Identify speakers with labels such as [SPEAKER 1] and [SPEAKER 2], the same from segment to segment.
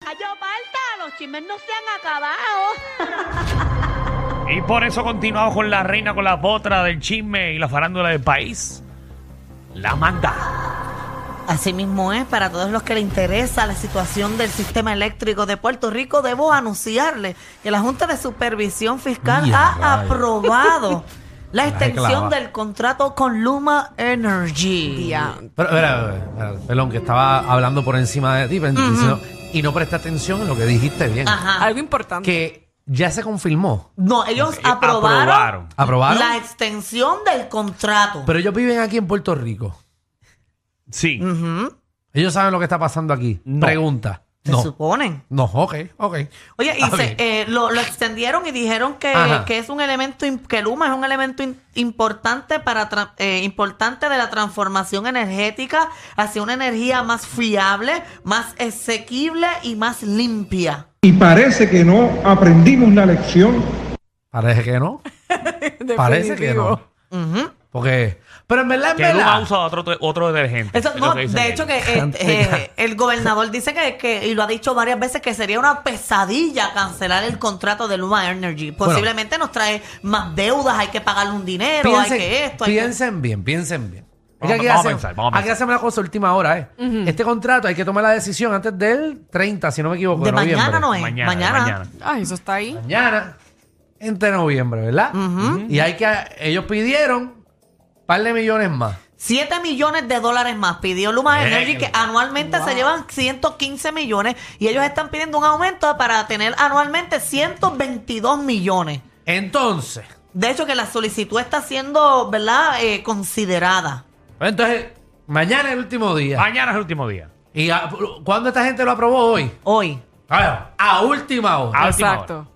[SPEAKER 1] Yo, falta, los chismes no se han acabado.
[SPEAKER 2] Y por eso continuamos con la reina, con la potra del chisme y la farándula del país. La Magda.
[SPEAKER 3] Asimismo es, para todos los que le interesa la situación del sistema eléctrico de Puerto Rico, debo anunciarle que la Junta de Supervisión Fiscal
[SPEAKER 4] Ya,
[SPEAKER 3] ha
[SPEAKER 4] rayos.
[SPEAKER 3] aprobado la extensión
[SPEAKER 4] clava.
[SPEAKER 3] del contrato con Luma Energy.
[SPEAKER 4] Pero, espera, espera, espera, perdón, que estaba hablando por encima de ti pero entonces no- y no presta atención en lo que dijiste bien.
[SPEAKER 3] Ajá.
[SPEAKER 5] Algo importante.
[SPEAKER 4] Que ya se confirmó.
[SPEAKER 3] No, ellos
[SPEAKER 2] Eh,
[SPEAKER 3] aprobaron,
[SPEAKER 4] ¿Aprobaron?
[SPEAKER 3] la extención del contrato.
[SPEAKER 4] Pero ellos viven aquí en Puerto Rico.
[SPEAKER 2] Sí.
[SPEAKER 4] Ellos saben lo que está pasando aquí.
[SPEAKER 2] No.
[SPEAKER 4] Pregunta.
[SPEAKER 3] se
[SPEAKER 4] No.
[SPEAKER 3] suponen.
[SPEAKER 4] No, ok, ok.
[SPEAKER 3] Oye, y
[SPEAKER 4] Ah,
[SPEAKER 3] se-
[SPEAKER 4] ok.
[SPEAKER 3] eh, lo, lo extendieron y dijeron que,
[SPEAKER 4] Ajá.
[SPEAKER 3] que es un elemento im- que Luma es un elemento im- importante para tra- eh, importante de la transformación energética hacia una energía más fiable, más asequible y más limpia.
[SPEAKER 6] y parece que no aprendimos la lección
[SPEAKER 4] Parece que no. Parece que no.
[SPEAKER 3] Ujú.
[SPEAKER 4] Porque. Pero en verdad, en
[SPEAKER 2] Que Luma
[SPEAKER 4] verdad.
[SPEAKER 2] usa otro, otro detergente.
[SPEAKER 3] Eso-
[SPEAKER 2] es lo
[SPEAKER 3] no,
[SPEAKER 2] que dicen
[SPEAKER 3] de
[SPEAKER 2] ellos.
[SPEAKER 3] hecho que eh,
[SPEAKER 4] Cante-
[SPEAKER 3] eh, el gobernador dice que, que- y lo ha dicho varias veces que sería una pesadilla cancelar el contrato de Luma Energy. Posiblemente nos trae más deudas, hay que pagarle un dinero, hay que esto, hay que-
[SPEAKER 4] piensen bien, piensen bien. Es que
[SPEAKER 2] Vamos-
[SPEAKER 4] aquí,
[SPEAKER 2] vamos a
[SPEAKER 4] hacen-
[SPEAKER 2] pensar, vamos a
[SPEAKER 4] aquí
[SPEAKER 2] pensar.
[SPEAKER 4] hacemos la cosa última hora, ¿eh? Este contrato hay que tomar la decisión antes del 30, si no me equivoco.
[SPEAKER 3] de mañana
[SPEAKER 4] noviembre.
[SPEAKER 3] no es,
[SPEAKER 2] Mañana,
[SPEAKER 3] mañana.
[SPEAKER 2] mañana.
[SPEAKER 5] Ay, eso está ahí.
[SPEAKER 4] mañana, entre noviembre, ¿verdad? Y hay que, ellos pidieron un par de millones más.
[SPEAKER 3] 7 millones de dólares más pidió Luma
[SPEAKER 2] Bien.
[SPEAKER 3] Energy, que anualmente se llevan 115 millones y ellos están pidiendo un aumento para tener anualmente 122 millones.
[SPEAKER 4] Entonces,
[SPEAKER 3] De hecho, que la solicitud está siendo, ¿verdad?, Eh, considerada.
[SPEAKER 4] pues entonces, mañana es el último día.
[SPEAKER 2] Mañana es el último día.
[SPEAKER 4] ¿Y a- cuándo esta gente lo aprobó hoy?
[SPEAKER 3] Hoy.
[SPEAKER 4] A, a última hora.
[SPEAKER 2] A última
[SPEAKER 5] Exacto.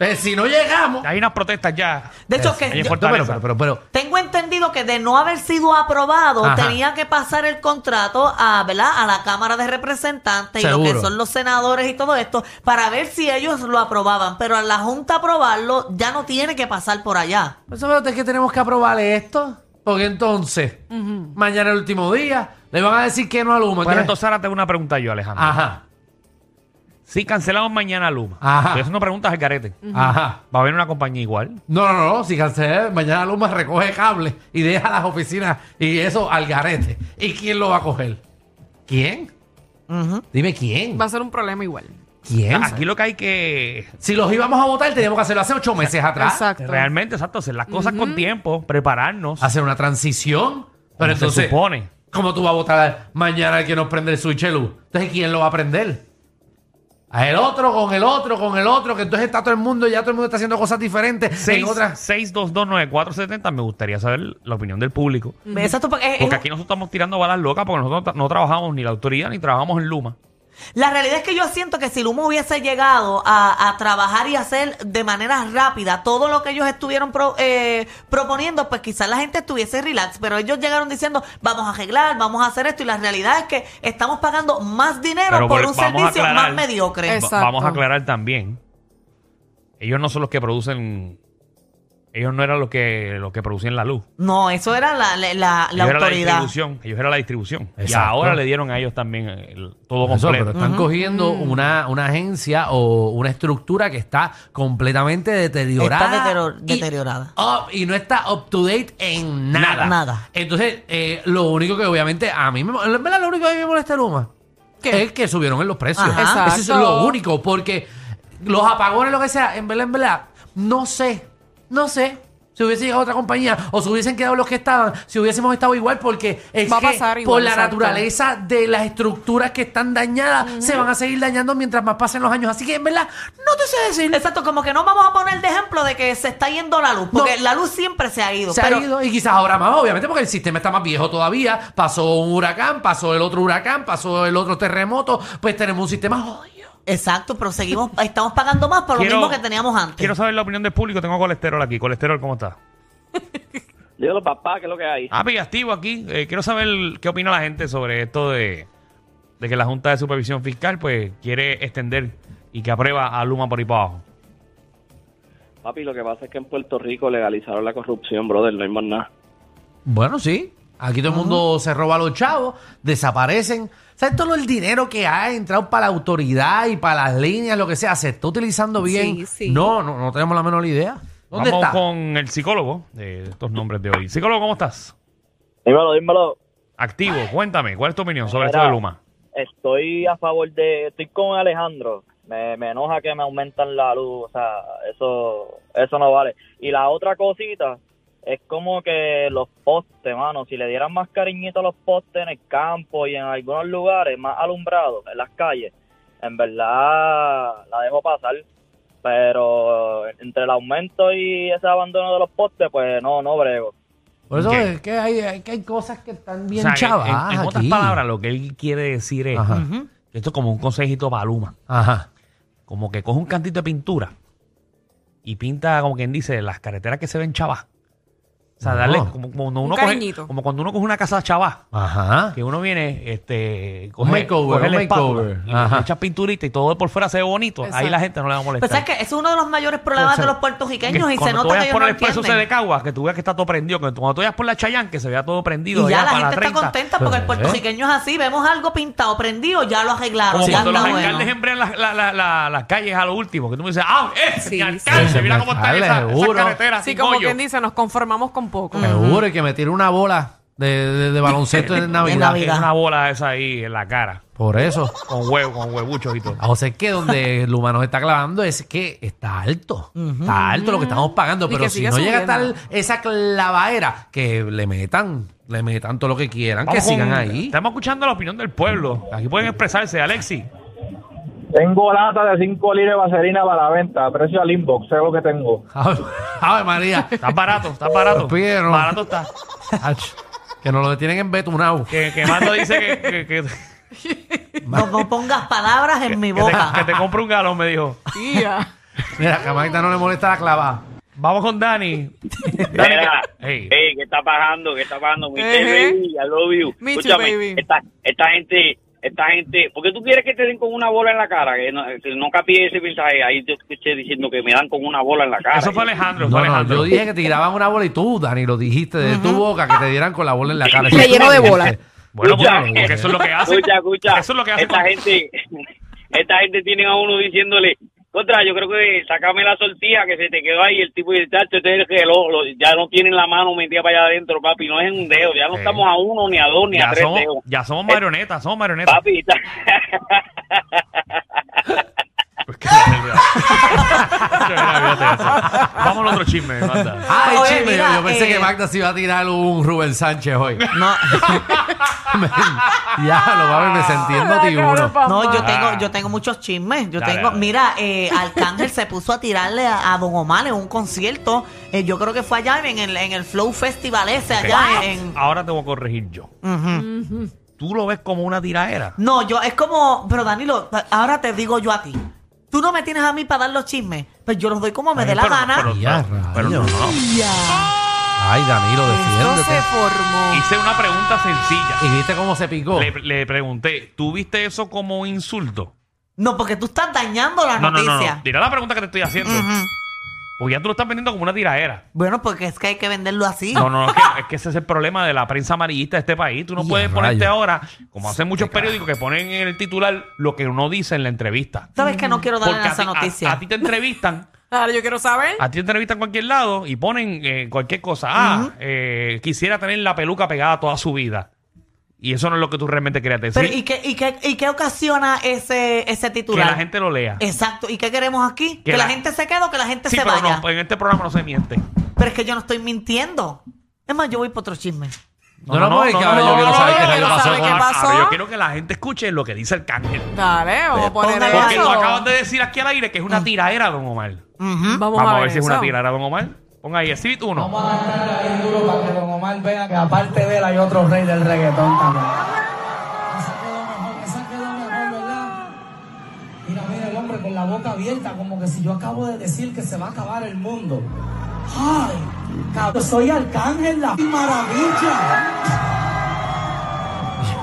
[SPEAKER 4] Eh, si no llegamos.
[SPEAKER 2] hora. Hay unas protestas ya.
[SPEAKER 3] De hecho,
[SPEAKER 4] Eh,
[SPEAKER 3] que
[SPEAKER 2] Ahí en
[SPEAKER 4] yo-
[SPEAKER 2] Fortaleza.
[SPEAKER 4] pero, pero, pero, pero,
[SPEAKER 3] tengo entendido que de no haber sido aprobado,
[SPEAKER 4] Ajá.
[SPEAKER 3] tenía que pasar el contrato a, ¿verdad? a la Cámara de Representantes y lo que
[SPEAKER 4] Seguro.
[SPEAKER 3] son los senadores y todo esto, para ver si ellos lo aprobaban. Pero a la Junta aprobarlo ya no tiene que pasar por allá.
[SPEAKER 4] Pues, pero es que tenemos que aprobar esto. Porque entonces, mañana es el último día, le van a decir que no a Luma.
[SPEAKER 2] Bueno,
[SPEAKER 4] ¿entiendes?
[SPEAKER 2] entonces ahora tengo una pregunta yo, Alejandro.
[SPEAKER 4] Ajá,
[SPEAKER 2] Si cancelamos mañana a Luma.
[SPEAKER 4] Ajá.
[SPEAKER 2] Pero eso no preguntas al carete.
[SPEAKER 4] ajá.
[SPEAKER 2] Va a haber una compañía igual.
[SPEAKER 4] No, no, no, no, si cancelé, mañana Luma recoge cable y deja las oficinas y eso al garete. ¿Y quién lo va a coger? ¿Quién? Dime quién.
[SPEAKER 5] Va a ser un problema igual.
[SPEAKER 4] ¿Quién?
[SPEAKER 2] Aquí lo que hay que
[SPEAKER 4] Si los íbamos a votar, teníamos que hacerlo hace ocho meses atrás.
[SPEAKER 5] Exacto.
[SPEAKER 2] realmente, exacto, hacer las cosas con tiempo, prepararnos.
[SPEAKER 4] Hacer una transición.
[SPEAKER 2] como
[SPEAKER 4] Pero entonces,
[SPEAKER 2] se supone.
[SPEAKER 4] ¿cómo tú vas a votar mañana el que nos prende el switch de luz? Entonces, ¿quién lo va a prender? A el otro, con el otro, con el otro, que entonces está todo el mundo, ya todo el mundo está haciendo cosas diferentes. en otras.
[SPEAKER 2] 6229470, me gustaría saber la opinión del público.
[SPEAKER 3] Exacto, porque es-
[SPEAKER 2] Porque
[SPEAKER 3] es-
[SPEAKER 2] aquí nosotros estamos tirando balas locas porque nosotros no tra- no trabajamos ni la autoridad ni trabajamos en Luma.
[SPEAKER 3] la realidad es que yo siento que si Luma hubiese llegado a, a trabajar y hacer de manera rápida todo lo que ellos estuvieron pro- eh, proponiendo, pues quizás la gente estuviese relax, pero ellos llegaron diciendo, vamos a arreglar, vamos a hacer esto, y la realidad es que estamos pagando más dinero
[SPEAKER 2] Pero
[SPEAKER 3] por
[SPEAKER 2] por-
[SPEAKER 3] un
[SPEAKER 2] vamos a
[SPEAKER 3] servicio
[SPEAKER 2] aclarar.
[SPEAKER 3] más mediocre.
[SPEAKER 2] Va-
[SPEAKER 5] Exacto.
[SPEAKER 2] Vamos a aclarar también. Ellos no son los que producen. Ellos no eran los que, los que producían la luz.
[SPEAKER 3] No, eso era la, la, la- la
[SPEAKER 2] ellos eran la
[SPEAKER 3] autoridad.
[SPEAKER 2] distribución. Ellos eran la distribución. Y
[SPEAKER 4] Exacto.
[SPEAKER 2] ahora le dieron a ellos también eh, el- todo
[SPEAKER 4] Eso,
[SPEAKER 2] completo.
[SPEAKER 4] pero están cogiendo
[SPEAKER 5] Mm.
[SPEAKER 4] una, una agencia o una estructura que está completamente deteriorada.
[SPEAKER 3] Está deterior-
[SPEAKER 4] y-
[SPEAKER 3] deteriorada.
[SPEAKER 4] up- y no está up to date en nada.
[SPEAKER 3] Nada.
[SPEAKER 4] Entonces, eh, lo único que obviamente a mí me, mo- en verdad, lo único que a mí me molesta de Luma
[SPEAKER 5] ¿Qué?
[SPEAKER 4] es que subieron en los precios.
[SPEAKER 3] Ajá.
[SPEAKER 4] Eso es
[SPEAKER 5] Exacto.
[SPEAKER 4] lo único, porque los apagones, lo que sea, en verdad, en verdad, no sé, no sé. Si hubiese llegado otra compañía o se hubiesen quedado los que estaban, si hubiésemos estado igual, porque es
[SPEAKER 5] Va a
[SPEAKER 4] que
[SPEAKER 5] pasar igual,
[SPEAKER 4] por la
[SPEAKER 5] exacto.
[SPEAKER 4] naturaleza de las estructuras que están dañadas, se van a seguir dañando mientras más pasen los años. Así que en verdad, no te sé decir.
[SPEAKER 3] Exacto, como que no vamos a poner de ejemplo de que se está yendo la luz, porque
[SPEAKER 4] No.
[SPEAKER 3] la luz siempre se ha ido.
[SPEAKER 4] Se
[SPEAKER 3] pero
[SPEAKER 4] ha ido y quizás ahora más, obviamente, porque el sistema está más viejo todavía. Pasó un huracán, pasó el otro huracán, pasó el otro terremoto. Pues tenemos un sistema jodido.
[SPEAKER 3] Exacto, pero seguimos, estamos pagando más por lo
[SPEAKER 2] Quiero-
[SPEAKER 3] mismo que teníamos antes.
[SPEAKER 2] Quiero saber la opinión del público. Tengo colesterol aquí. Colesterol, ¿cómo está?
[SPEAKER 5] Yo los papás, ¿qué es lo que hay?
[SPEAKER 2] Ah, pero activo aquí. Eh, quiero saber qué opina la gente sobre esto de, de que la Junta de Supervisión Fiscal pues quiere extender y que aprueba a Luma por ahí para abajo.
[SPEAKER 5] Papi, lo que pasa es que en Puerto Rico legalizaron la corrupción, brother, no hay más nada.
[SPEAKER 4] Bueno, sí. Aquí todo el mundo se roba a los chavos, desaparecen. O sea, todo el dinero que ha entrado para la autoridad y para las líneas, lo que sea, se está utilizando bien.
[SPEAKER 7] Sí, sí.
[SPEAKER 4] No, no, no tenemos la menor idea. ¿Dónde
[SPEAKER 2] Vamos
[SPEAKER 4] está?
[SPEAKER 2] con el psicólogo de estos nombres de hoy. Psicólogo, ¿cómo estás?
[SPEAKER 5] Dímelo, dímelo.
[SPEAKER 2] Activo, cuéntame, ¿cuál es tu opinión sobre esto
[SPEAKER 5] Mira,
[SPEAKER 2] de Luma?
[SPEAKER 5] Estoy a favor de... Estoy con Alejandro. Me, me enoja que me aumentan la luz, o sea, eso, eso no vale. Y la otra cosita es como que los postes, mano, si le dieran más cariñito a los postes en el campo y en algunos lugares más alumbrados, en las calles, en verdad la dejo pasar. Pero entre el aumento y ese abandono de los postes, pues no, no brego.
[SPEAKER 4] Por eso
[SPEAKER 2] Ok.
[SPEAKER 4] es que hay, hay que hay cosas que están bien
[SPEAKER 2] O sea, en-
[SPEAKER 4] chavas.
[SPEAKER 2] en, en otras
[SPEAKER 4] aquí.
[SPEAKER 2] palabras, lo que él quiere decir es
[SPEAKER 4] Ajá.
[SPEAKER 2] que esto es como un consejito para Luma.
[SPEAKER 4] Ajá.
[SPEAKER 2] Como que coge un cantito de pintura y pinta, como quien dice, las carreteras que se ven chavas. O sea,
[SPEAKER 4] No.
[SPEAKER 2] darle como, como cuando
[SPEAKER 7] Un
[SPEAKER 2] uno coge,
[SPEAKER 7] cariñito.
[SPEAKER 2] como cuando uno coge una casa chavá.
[SPEAKER 4] Ajá.
[SPEAKER 2] Que uno viene, este,
[SPEAKER 4] Un makeover,
[SPEAKER 2] coge la
[SPEAKER 4] un
[SPEAKER 2] espátula
[SPEAKER 4] makeover.
[SPEAKER 2] y
[SPEAKER 4] Ajá.
[SPEAKER 2] le echa pinturita y todo por fuera se ve bonito. Ahí
[SPEAKER 7] Exacto.
[SPEAKER 2] la gente no le va a
[SPEAKER 3] Pues,
[SPEAKER 2] molestar.
[SPEAKER 3] ¿sabes qué? Ese es uno de los mayores problemas de los puertorriqueños
[SPEAKER 2] Que
[SPEAKER 3] y se
[SPEAKER 2] cuando tú
[SPEAKER 3] nota que
[SPEAKER 2] vayas
[SPEAKER 3] ellos
[SPEAKER 2] por
[SPEAKER 3] no
[SPEAKER 2] el expreso
[SPEAKER 3] entienden.
[SPEAKER 2] se de Caguas, que tú veas que está todo prendido. Que tú- cuando tú vayas por la Chayán, que se vea todo prendido.
[SPEAKER 3] Y ya
[SPEAKER 2] allá
[SPEAKER 3] la
[SPEAKER 2] para
[SPEAKER 3] gente está
[SPEAKER 2] 30.
[SPEAKER 3] contenta porque el
[SPEAKER 4] Eh.
[SPEAKER 3] puertorriqueño es así. Vemos algo pintado, prendido, ya lo arreglaron.
[SPEAKER 2] Como
[SPEAKER 3] ya
[SPEAKER 2] cuando
[SPEAKER 3] está
[SPEAKER 2] los
[SPEAKER 3] bueno.
[SPEAKER 2] alcaldes embrean las la- la- la- las calles a lo último, que tú me dices, ah, ese
[SPEAKER 7] Sí,
[SPEAKER 2] alcalde,
[SPEAKER 4] sí.
[SPEAKER 2] mira cómo está
[SPEAKER 4] Alcalde,
[SPEAKER 2] esa, esa
[SPEAKER 4] seguro.
[SPEAKER 2] carretera.
[SPEAKER 7] Sí,
[SPEAKER 2] sin
[SPEAKER 7] como
[SPEAKER 2] hoyo".
[SPEAKER 7] quien dice, nos conformamos con poco.
[SPEAKER 4] Seguro, y que me tire una bola de, de- de baloncesto en Navidad.
[SPEAKER 2] Es
[SPEAKER 3] Navidad.
[SPEAKER 2] una bola esa ahí en la cara,
[SPEAKER 4] Por eso.
[SPEAKER 2] con huevo, con huevuchos y todo.
[SPEAKER 4] A José, que donde el humano está clavando es que está alto. Está alto lo que estamos pagando.
[SPEAKER 7] Y
[SPEAKER 4] Pero
[SPEAKER 7] que
[SPEAKER 4] si
[SPEAKER 7] sigue
[SPEAKER 4] no llega a
[SPEAKER 7] subiendo.
[SPEAKER 4] tal esa clavadera, que le metan, le metan todo lo que quieran,
[SPEAKER 2] Vamos
[SPEAKER 4] que
[SPEAKER 2] con-
[SPEAKER 4] sigan ahí.
[SPEAKER 2] Estamos escuchando la opinión del pueblo. Aquí pueden expresarse, Alexi.
[SPEAKER 8] Tengo lata de 5 libras de vaselina para la venta, precio al inbox, es lo que tengo.
[SPEAKER 4] Ave, Ave María.
[SPEAKER 2] Está barato, está barato.
[SPEAKER 4] Pero-
[SPEAKER 2] Barato está.
[SPEAKER 4] Ach, que nos lo detienen en Betunau.
[SPEAKER 2] Que, que Mando dice que, que, que-
[SPEAKER 3] No, no pongas palabras en mi
[SPEAKER 2] que te,
[SPEAKER 3] boca.
[SPEAKER 2] que te compre un galón, me dijo.
[SPEAKER 7] Tía.
[SPEAKER 4] Mira, que a Magda no le molesta la clavada.
[SPEAKER 2] Vamos con Dani. Dani,
[SPEAKER 9] Mira, eh,
[SPEAKER 2] que- Ey.
[SPEAKER 9] ey, ¿qué está pasando? ¿Qué está pasando? Mi
[SPEAKER 7] Ejé.
[SPEAKER 9] baby, I love you.
[SPEAKER 7] Me too,
[SPEAKER 9] Escúchame,
[SPEAKER 7] baby.
[SPEAKER 9] Esta, esta gente, esta gente, ¿por qué tú quieres que te den con una bola en la cara? Que no, que no capie ese mensaje. Ahí te escuché diciendo que me dan con una bola en la cara.
[SPEAKER 2] Eso fue Alejandro.
[SPEAKER 4] No,
[SPEAKER 2] fue
[SPEAKER 4] no,
[SPEAKER 2] Alejandro.
[SPEAKER 4] yo dije que te tiraban una bola y tú, Dani, lo dijiste de tu boca, que te dieran con la bola en la cara. Este,
[SPEAKER 7] Me llenó de bola.
[SPEAKER 4] bolas.
[SPEAKER 2] Bueno, porque,
[SPEAKER 9] Escucha.
[SPEAKER 2] porque eso es lo que hace.
[SPEAKER 9] Escucha, escucha.
[SPEAKER 2] Eso es lo que hace.
[SPEAKER 9] Esta gente, esta gente tiene a uno diciéndole, contra, yo creo que sácame la sortija que se te quedó ahí. El tipo y el tacho, este es el reloj, lo- ya no tienen la mano metida para allá adentro, papi. No es en un dedo. Ya no
[SPEAKER 2] Sí.
[SPEAKER 9] estamos a uno, ni a dos, ni a
[SPEAKER 2] ya,
[SPEAKER 9] tres
[SPEAKER 2] somos,
[SPEAKER 9] dedos.
[SPEAKER 2] ya somos marionetas, somos marionetas.
[SPEAKER 9] Papi, está-
[SPEAKER 2] Vamos al otro chisme, manda.
[SPEAKER 4] Ay,
[SPEAKER 3] Oye,
[SPEAKER 4] chisme,
[SPEAKER 3] mira,
[SPEAKER 4] yo, yo pensé
[SPEAKER 3] eh,
[SPEAKER 4] que Magda se iba a tirar un Rubén Sánchez hoy.
[SPEAKER 3] No,
[SPEAKER 4] Men, ya, lo va a ver
[SPEAKER 3] Ah,
[SPEAKER 4] desentiendo a ti uno.
[SPEAKER 3] no, yo
[SPEAKER 2] Ah.
[SPEAKER 3] tengo, yo tengo muchos chismes. Yo
[SPEAKER 2] Dale,
[SPEAKER 3] tengo,
[SPEAKER 2] dale.
[SPEAKER 3] mira, eh, Arcángel se puso a tirarle a, a Don Omar en un concierto. Eh, yo creo que fue allá en el, en el Flow Festival ese, allá en.
[SPEAKER 2] Ahora te voy a corregir yo.
[SPEAKER 3] Ujú.
[SPEAKER 2] Tú lo ves como una tiraera.
[SPEAKER 3] No, yo es como, pero Danilo, ahora te digo yo a ti. Tú no me tienes a mí para dar los chismes, pues yo los doy como me dé la
[SPEAKER 2] Pero-
[SPEAKER 3] gana.
[SPEAKER 2] Pero,
[SPEAKER 4] Ya,
[SPEAKER 2] pero- pero no,
[SPEAKER 4] rayos.
[SPEAKER 2] no.
[SPEAKER 4] Ay, Danilo,
[SPEAKER 7] Esto se
[SPEAKER 4] defiéndete.
[SPEAKER 7] formó.
[SPEAKER 2] Hice una pregunta sencilla.
[SPEAKER 4] ¿Y viste cómo se picó?
[SPEAKER 2] Le, le pregunté, ¿tú viste eso como insulto?
[SPEAKER 3] no, porque tú estás dañando la
[SPEAKER 2] No, no,
[SPEAKER 3] noticia.
[SPEAKER 2] no, no. Tira la pregunta que te estoy haciendo. Porque ya tú lo estás vendiendo como una tiraera.
[SPEAKER 3] Bueno, porque es que hay que venderlo así.
[SPEAKER 2] No, no, es que, es que ese es el problema de la prensa amarillista de este país. Tú no
[SPEAKER 4] Ya,
[SPEAKER 2] puedes ponerte
[SPEAKER 4] rayos.
[SPEAKER 2] ahora, como hacen muchos periódicos que ponen en el titular lo que uno dice en la entrevista.
[SPEAKER 3] Sabes que no quiero darle
[SPEAKER 2] Porque a
[SPEAKER 3] esa
[SPEAKER 2] ti- a-
[SPEAKER 3] noticia.
[SPEAKER 2] a ti te entrevistan
[SPEAKER 7] Ahora yo quiero saber.
[SPEAKER 2] A ti te entrevistan en cualquier lado y ponen eh, cualquier cosa. Ah, eh, quisiera tener la peluca pegada toda su vida. Y eso no es lo que tú realmente querías decir.
[SPEAKER 3] pero ¿y, qué, y, qué, y qué ocasiona ese, ese
[SPEAKER 2] que
[SPEAKER 3] titular?
[SPEAKER 2] la gente lo lea.
[SPEAKER 3] Exacto. ¿Y qué queremos aquí?
[SPEAKER 2] Que
[SPEAKER 3] ¿Que, la...
[SPEAKER 2] la-
[SPEAKER 3] gente se quede o que la gente
[SPEAKER 2] sí,
[SPEAKER 3] se
[SPEAKER 2] pero
[SPEAKER 3] vaya?
[SPEAKER 2] no, en este programa no se miente.
[SPEAKER 3] Pero es que yo no estoy mintiendo. Es más, yo voy por otro chisme.
[SPEAKER 4] No, no, porque que ahora yo quiero saber qué
[SPEAKER 7] no, no,
[SPEAKER 4] rayos pasó
[SPEAKER 7] sabe
[SPEAKER 4] con
[SPEAKER 7] qué
[SPEAKER 4] la-
[SPEAKER 7] pasó.
[SPEAKER 2] Ahora yo quiero que la gente escuche lo que dice el cángel.
[SPEAKER 7] Dale, vamos a poner
[SPEAKER 3] Póngale
[SPEAKER 2] Porque
[SPEAKER 3] Eso.
[SPEAKER 2] tú acabas de decir aquí al aire que es una tiraera, don Omar.
[SPEAKER 7] Vamos,
[SPEAKER 2] Vamos, a ver si es
[SPEAKER 7] eso.
[SPEAKER 2] una tiraera, don Omar. Ponga ahí, exhibit uno.
[SPEAKER 10] Vamos a cantarla bien duro para que Don Omar vea que aparte de él hay otro rey del reggaetón también. Que se quedó mejor, que se quedó mejor, ¿verdad? Mira, mira el hombre con la boca abierta, como que si yo acabo de decir que se va a acabar el mundo. ¡Ay! Cabrón, soy Arcángel, la maravilla.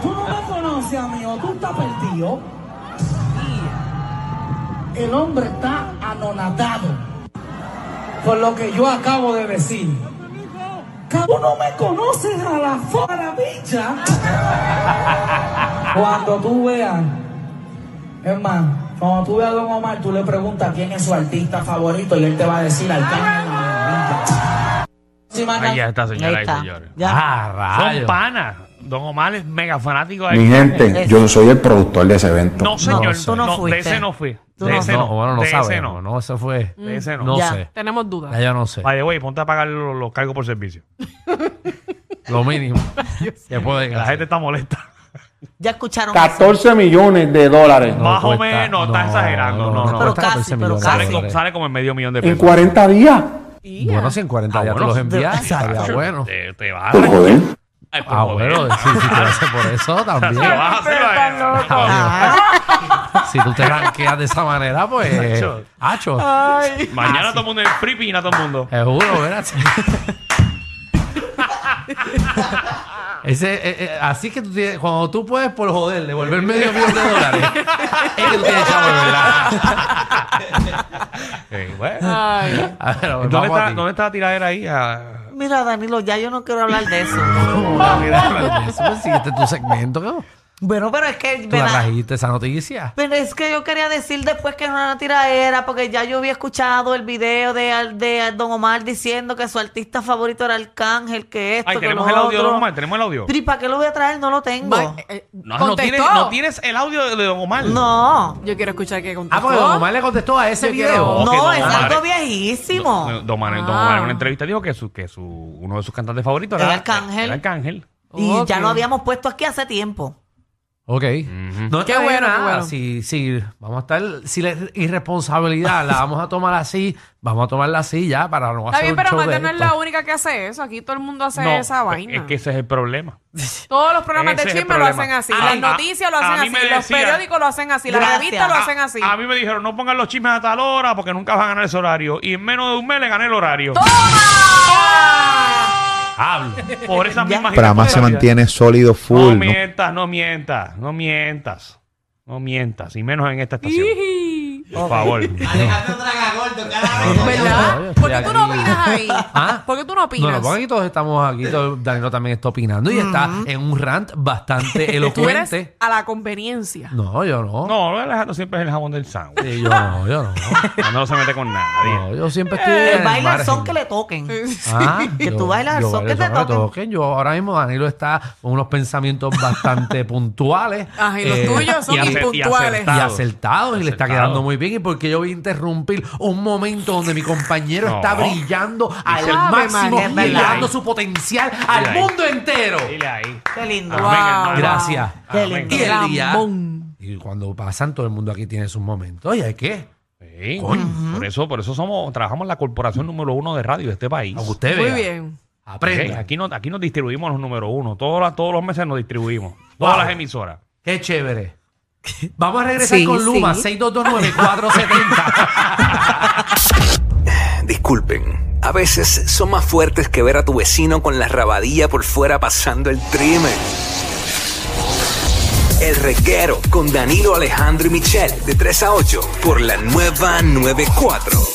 [SPEAKER 10] Tú no me conoces, amigo, tú estás perdido. El hombre está anonadado por lo que yo acabo de decir. Tú no me conoces a la f- maravilla. Cuando tú veas, hermano, cuando tú veas a Don Omar, tú le preguntas quién es su artista favorito y él te va a decir Arcángel. la maravilla.
[SPEAKER 2] Ahí ya está, señora
[SPEAKER 3] Ahí está.
[SPEAKER 2] y señores.
[SPEAKER 3] Ya.
[SPEAKER 4] Ah,
[SPEAKER 2] Son
[SPEAKER 4] rayos.
[SPEAKER 2] panas. Don Omar es mega fanático de
[SPEAKER 11] Mi gente, yo soy el productor de ese evento.
[SPEAKER 2] No, señor.
[SPEAKER 4] sé.
[SPEAKER 2] No,
[SPEAKER 4] Tú
[SPEAKER 3] no
[SPEAKER 2] de
[SPEAKER 3] fuiste.
[SPEAKER 2] ese no fui.
[SPEAKER 3] Tú
[SPEAKER 2] De
[SPEAKER 3] no-
[SPEAKER 2] ese
[SPEAKER 4] no,
[SPEAKER 2] no.
[SPEAKER 4] bueno, no
[SPEAKER 2] de ese
[SPEAKER 4] sabemos.
[SPEAKER 2] no.
[SPEAKER 4] No, eso fue.
[SPEAKER 2] De ese no.
[SPEAKER 4] No
[SPEAKER 3] Ya.
[SPEAKER 4] sé.
[SPEAKER 7] Tenemos dudas.
[SPEAKER 4] Ya yo no sé.
[SPEAKER 2] By the way, ponte a pagar los, los cargos por servicio.
[SPEAKER 4] Lo mínimo. que puede
[SPEAKER 2] La gente está molesta.
[SPEAKER 3] Ya escucharon. eso.
[SPEAKER 11] 14 millones de dólares
[SPEAKER 2] Más o menos, está exagerando, no, no.
[SPEAKER 3] Pero
[SPEAKER 4] cuesta
[SPEAKER 3] casi,
[SPEAKER 4] 14
[SPEAKER 3] pero
[SPEAKER 4] millones de
[SPEAKER 3] casi.
[SPEAKER 2] Sale, como-
[SPEAKER 4] dólares.
[SPEAKER 2] sale como en medio millón de
[SPEAKER 11] en
[SPEAKER 2] pesos.
[SPEAKER 11] 40 días.
[SPEAKER 4] Bueno, si en 40
[SPEAKER 2] Ah,
[SPEAKER 4] días
[SPEAKER 2] bueno,
[SPEAKER 4] tú los
[SPEAKER 2] de-
[SPEAKER 4] envías, estaría
[SPEAKER 3] exacto.
[SPEAKER 4] bueno.
[SPEAKER 2] Te, te va a
[SPEAKER 11] Pero, joder,
[SPEAKER 2] Ay, pues,
[SPEAKER 4] Ah,
[SPEAKER 2] joder.
[SPEAKER 4] bueno, si, si te lo haces por eso también.
[SPEAKER 2] Se lo vas a hacer,
[SPEAKER 7] Pero tan
[SPEAKER 2] eh.
[SPEAKER 7] loco.
[SPEAKER 3] Ah,
[SPEAKER 4] Si tú te ranqueas de esa manera, pues.
[SPEAKER 2] Hacho.
[SPEAKER 4] Hacho.
[SPEAKER 2] Ah.
[SPEAKER 7] Ay.
[SPEAKER 2] Mañana todo el mundo en free pin a todo el mundo.
[SPEAKER 4] Seguro, ¿verdad? Ese, eh, eh, así que tú tienes, cuando tú puedes por joder devolver medio millón de dólares, es que tú tienes chavo, ¿verdad?
[SPEAKER 2] Eh, bueno.
[SPEAKER 7] Ay.
[SPEAKER 4] A ver,
[SPEAKER 12] Pues
[SPEAKER 4] vamos
[SPEAKER 2] ¿Dónde
[SPEAKER 4] a
[SPEAKER 2] está,
[SPEAKER 4] ti.
[SPEAKER 2] ¿Dónde está la tiradera ahí? Ah,
[SPEAKER 3] Mira, Danilo, ya yo no quiero hablar de eso.
[SPEAKER 4] Eso, pues, sí, este es tu segmento, cabrón.
[SPEAKER 3] bueno, pero es que.
[SPEAKER 4] Tú la
[SPEAKER 3] ¿verdad?
[SPEAKER 4] trajiste esa noticia.
[SPEAKER 3] Pero es que yo quería decir después que no era una tiraera, porque ya yo había escuchado el video de, al- de Don Omar diciendo que su artista favorito era Arcángel, que esto,
[SPEAKER 2] Ay,
[SPEAKER 3] que
[SPEAKER 2] tenemos
[SPEAKER 3] lo
[SPEAKER 2] el audio de
[SPEAKER 3] otro.
[SPEAKER 2] Don Omar, tenemos el audio.
[SPEAKER 3] Pero ¿y para qué lo voy a traer? No lo tengo.
[SPEAKER 7] Va- eh,
[SPEAKER 2] No, no, tienes,
[SPEAKER 7] contestó.
[SPEAKER 2] no tienes el audio de- de Don Omar. Oh,
[SPEAKER 3] No,
[SPEAKER 7] Yo quiero escuchar que contestó.
[SPEAKER 4] Ah, porque Don Omar le contestó a ese
[SPEAKER 7] Yo
[SPEAKER 4] video.
[SPEAKER 7] quiero-
[SPEAKER 2] Ok,
[SPEAKER 3] no,
[SPEAKER 2] Don
[SPEAKER 3] es
[SPEAKER 2] Omar.
[SPEAKER 3] algo viejísimo.
[SPEAKER 2] Don, Don Omar, Don
[SPEAKER 7] Ah.
[SPEAKER 2] Omar en una entrevista dijo que, su, que su, uno de sus cantantes favoritos era,
[SPEAKER 3] Era Arcángel.
[SPEAKER 2] era Arcángel.
[SPEAKER 3] y
[SPEAKER 7] Ok.
[SPEAKER 3] ya lo habíamos puesto aquí hace tiempo.
[SPEAKER 4] Ok. No
[SPEAKER 7] Qué
[SPEAKER 4] está bien
[SPEAKER 7] bueno, qué
[SPEAKER 4] nada.
[SPEAKER 7] bueno.
[SPEAKER 4] Si, si vamos a estar, si la irresponsabilidad la vamos a tomar así, vamos a tomarla así ya para no
[SPEAKER 7] Está
[SPEAKER 4] hacer
[SPEAKER 7] bien,
[SPEAKER 4] un
[SPEAKER 7] pero
[SPEAKER 4] show de
[SPEAKER 7] Amanda no es
[SPEAKER 4] esto.
[SPEAKER 7] la única que hace eso. Aquí todo el mundo hace
[SPEAKER 2] No,
[SPEAKER 7] esa
[SPEAKER 2] pero
[SPEAKER 7] vaina.
[SPEAKER 2] pues, Es que ese es el problema.
[SPEAKER 7] Todos los programas de
[SPEAKER 2] Ese es el
[SPEAKER 7] chisme lo
[SPEAKER 2] problema.
[SPEAKER 7] hacen así.
[SPEAKER 2] A-
[SPEAKER 7] Las noticias lo
[SPEAKER 2] a- a
[SPEAKER 7] hacen
[SPEAKER 2] mí me Ah,
[SPEAKER 7] así. Los
[SPEAKER 2] decían-
[SPEAKER 7] periódicos lo hacen así. Las
[SPEAKER 3] Gracias.
[SPEAKER 7] revistas lo hacen
[SPEAKER 2] A-
[SPEAKER 7] así.
[SPEAKER 2] A, mí me dijeron, no pongan los chismes a tal hora porque nunca van a ganar ese horario. Y en menos de un mes le gané el horario.
[SPEAKER 4] Hablo.
[SPEAKER 2] Por esas mismas
[SPEAKER 12] Pero además se
[SPEAKER 2] irresponsabilidades.
[SPEAKER 12] mantiene sólido
[SPEAKER 2] No
[SPEAKER 12] full. ¿no?
[SPEAKER 2] mientas, no mientas, no mientas. No mientas, y menos en esta estación.
[SPEAKER 7] Iji.
[SPEAKER 2] Por favor.
[SPEAKER 10] Alejandro Tragagordo, cada
[SPEAKER 4] No, no, no, yo
[SPEAKER 7] ¿Verdad?
[SPEAKER 4] estoy
[SPEAKER 7] ¿Por qué tú no
[SPEAKER 4] aquí.
[SPEAKER 7] opinas ahí?
[SPEAKER 4] ¿Ah?
[SPEAKER 7] ¿Por qué tú no
[SPEAKER 4] No, no,
[SPEAKER 7] opinas?
[SPEAKER 4] porque aquí todos estamos aquí. todo- Danilo también está opinando y está en un rant bastante
[SPEAKER 7] Mm. tú eres
[SPEAKER 4] elocuente.
[SPEAKER 7] a la conveniencia.
[SPEAKER 4] No, yo no.
[SPEAKER 2] No, lo de Alejandro siempre es el jabón del sándwich.
[SPEAKER 4] Sí, yo no, yo no.
[SPEAKER 2] Cuando no se mete con nadie.
[SPEAKER 4] No, yo siempre estoy. en
[SPEAKER 3] el baila
[SPEAKER 4] margen.
[SPEAKER 3] al son que le toquen.
[SPEAKER 4] Ah,
[SPEAKER 3] Que tú bailas al
[SPEAKER 4] yo
[SPEAKER 3] son
[SPEAKER 4] bailo
[SPEAKER 3] que te
[SPEAKER 4] me
[SPEAKER 3] toquen.
[SPEAKER 4] Yo ahora mismo, Danilo está con unos pensamientos bastante puntuales.
[SPEAKER 7] Ajá, Ah, y los
[SPEAKER 4] eh,
[SPEAKER 7] tuyos son
[SPEAKER 4] y ace-
[SPEAKER 7] impuntuales.
[SPEAKER 4] Y acertados, y le está
[SPEAKER 2] Acertados.
[SPEAKER 4] quedando muy bien. Y porque yo voy a interrumpir un momento donde mi compañero
[SPEAKER 2] No.
[SPEAKER 4] está brillando al
[SPEAKER 7] Ave
[SPEAKER 4] máximo
[SPEAKER 7] María,
[SPEAKER 4] y
[SPEAKER 3] dile
[SPEAKER 4] dando
[SPEAKER 2] ahí.
[SPEAKER 4] su potencial al
[SPEAKER 2] ahí.
[SPEAKER 4] mundo entero.
[SPEAKER 2] Dile ahí.
[SPEAKER 3] Qué lindo.
[SPEAKER 7] Wow.
[SPEAKER 2] hermano.
[SPEAKER 4] Gracias.
[SPEAKER 3] Qué
[SPEAKER 2] Amén.
[SPEAKER 3] lindo.
[SPEAKER 4] Y el día-
[SPEAKER 7] Lambón.
[SPEAKER 4] Y cuando pasan, todo el mundo aquí tiene sus momentos. Oye, ¿qué?
[SPEAKER 2] Sí, por eso, por eso somos, trabajamos en la corporación número uno de radio de este país.
[SPEAKER 4] Aunque usted
[SPEAKER 7] Muy
[SPEAKER 4] vea.
[SPEAKER 7] bien.
[SPEAKER 4] Aprenda.
[SPEAKER 2] Ok, Aquí, nos, aquí nos distribuimos los número uno. Todos, la- todos los meses nos distribuimos. Todas
[SPEAKER 4] Wow.
[SPEAKER 2] las emisoras.
[SPEAKER 4] Qué chévere. Vamos a regresar
[SPEAKER 7] Sí,
[SPEAKER 4] con Luma,
[SPEAKER 7] sí.
[SPEAKER 4] 6229-470.
[SPEAKER 13] Disculpen, a veces son más fuertes que ver a tu vecino con la rabadilla por fuera pasando el trimen. El reguero con Danilo Alejandro y Michel de 3 a 8 por la nueva 94.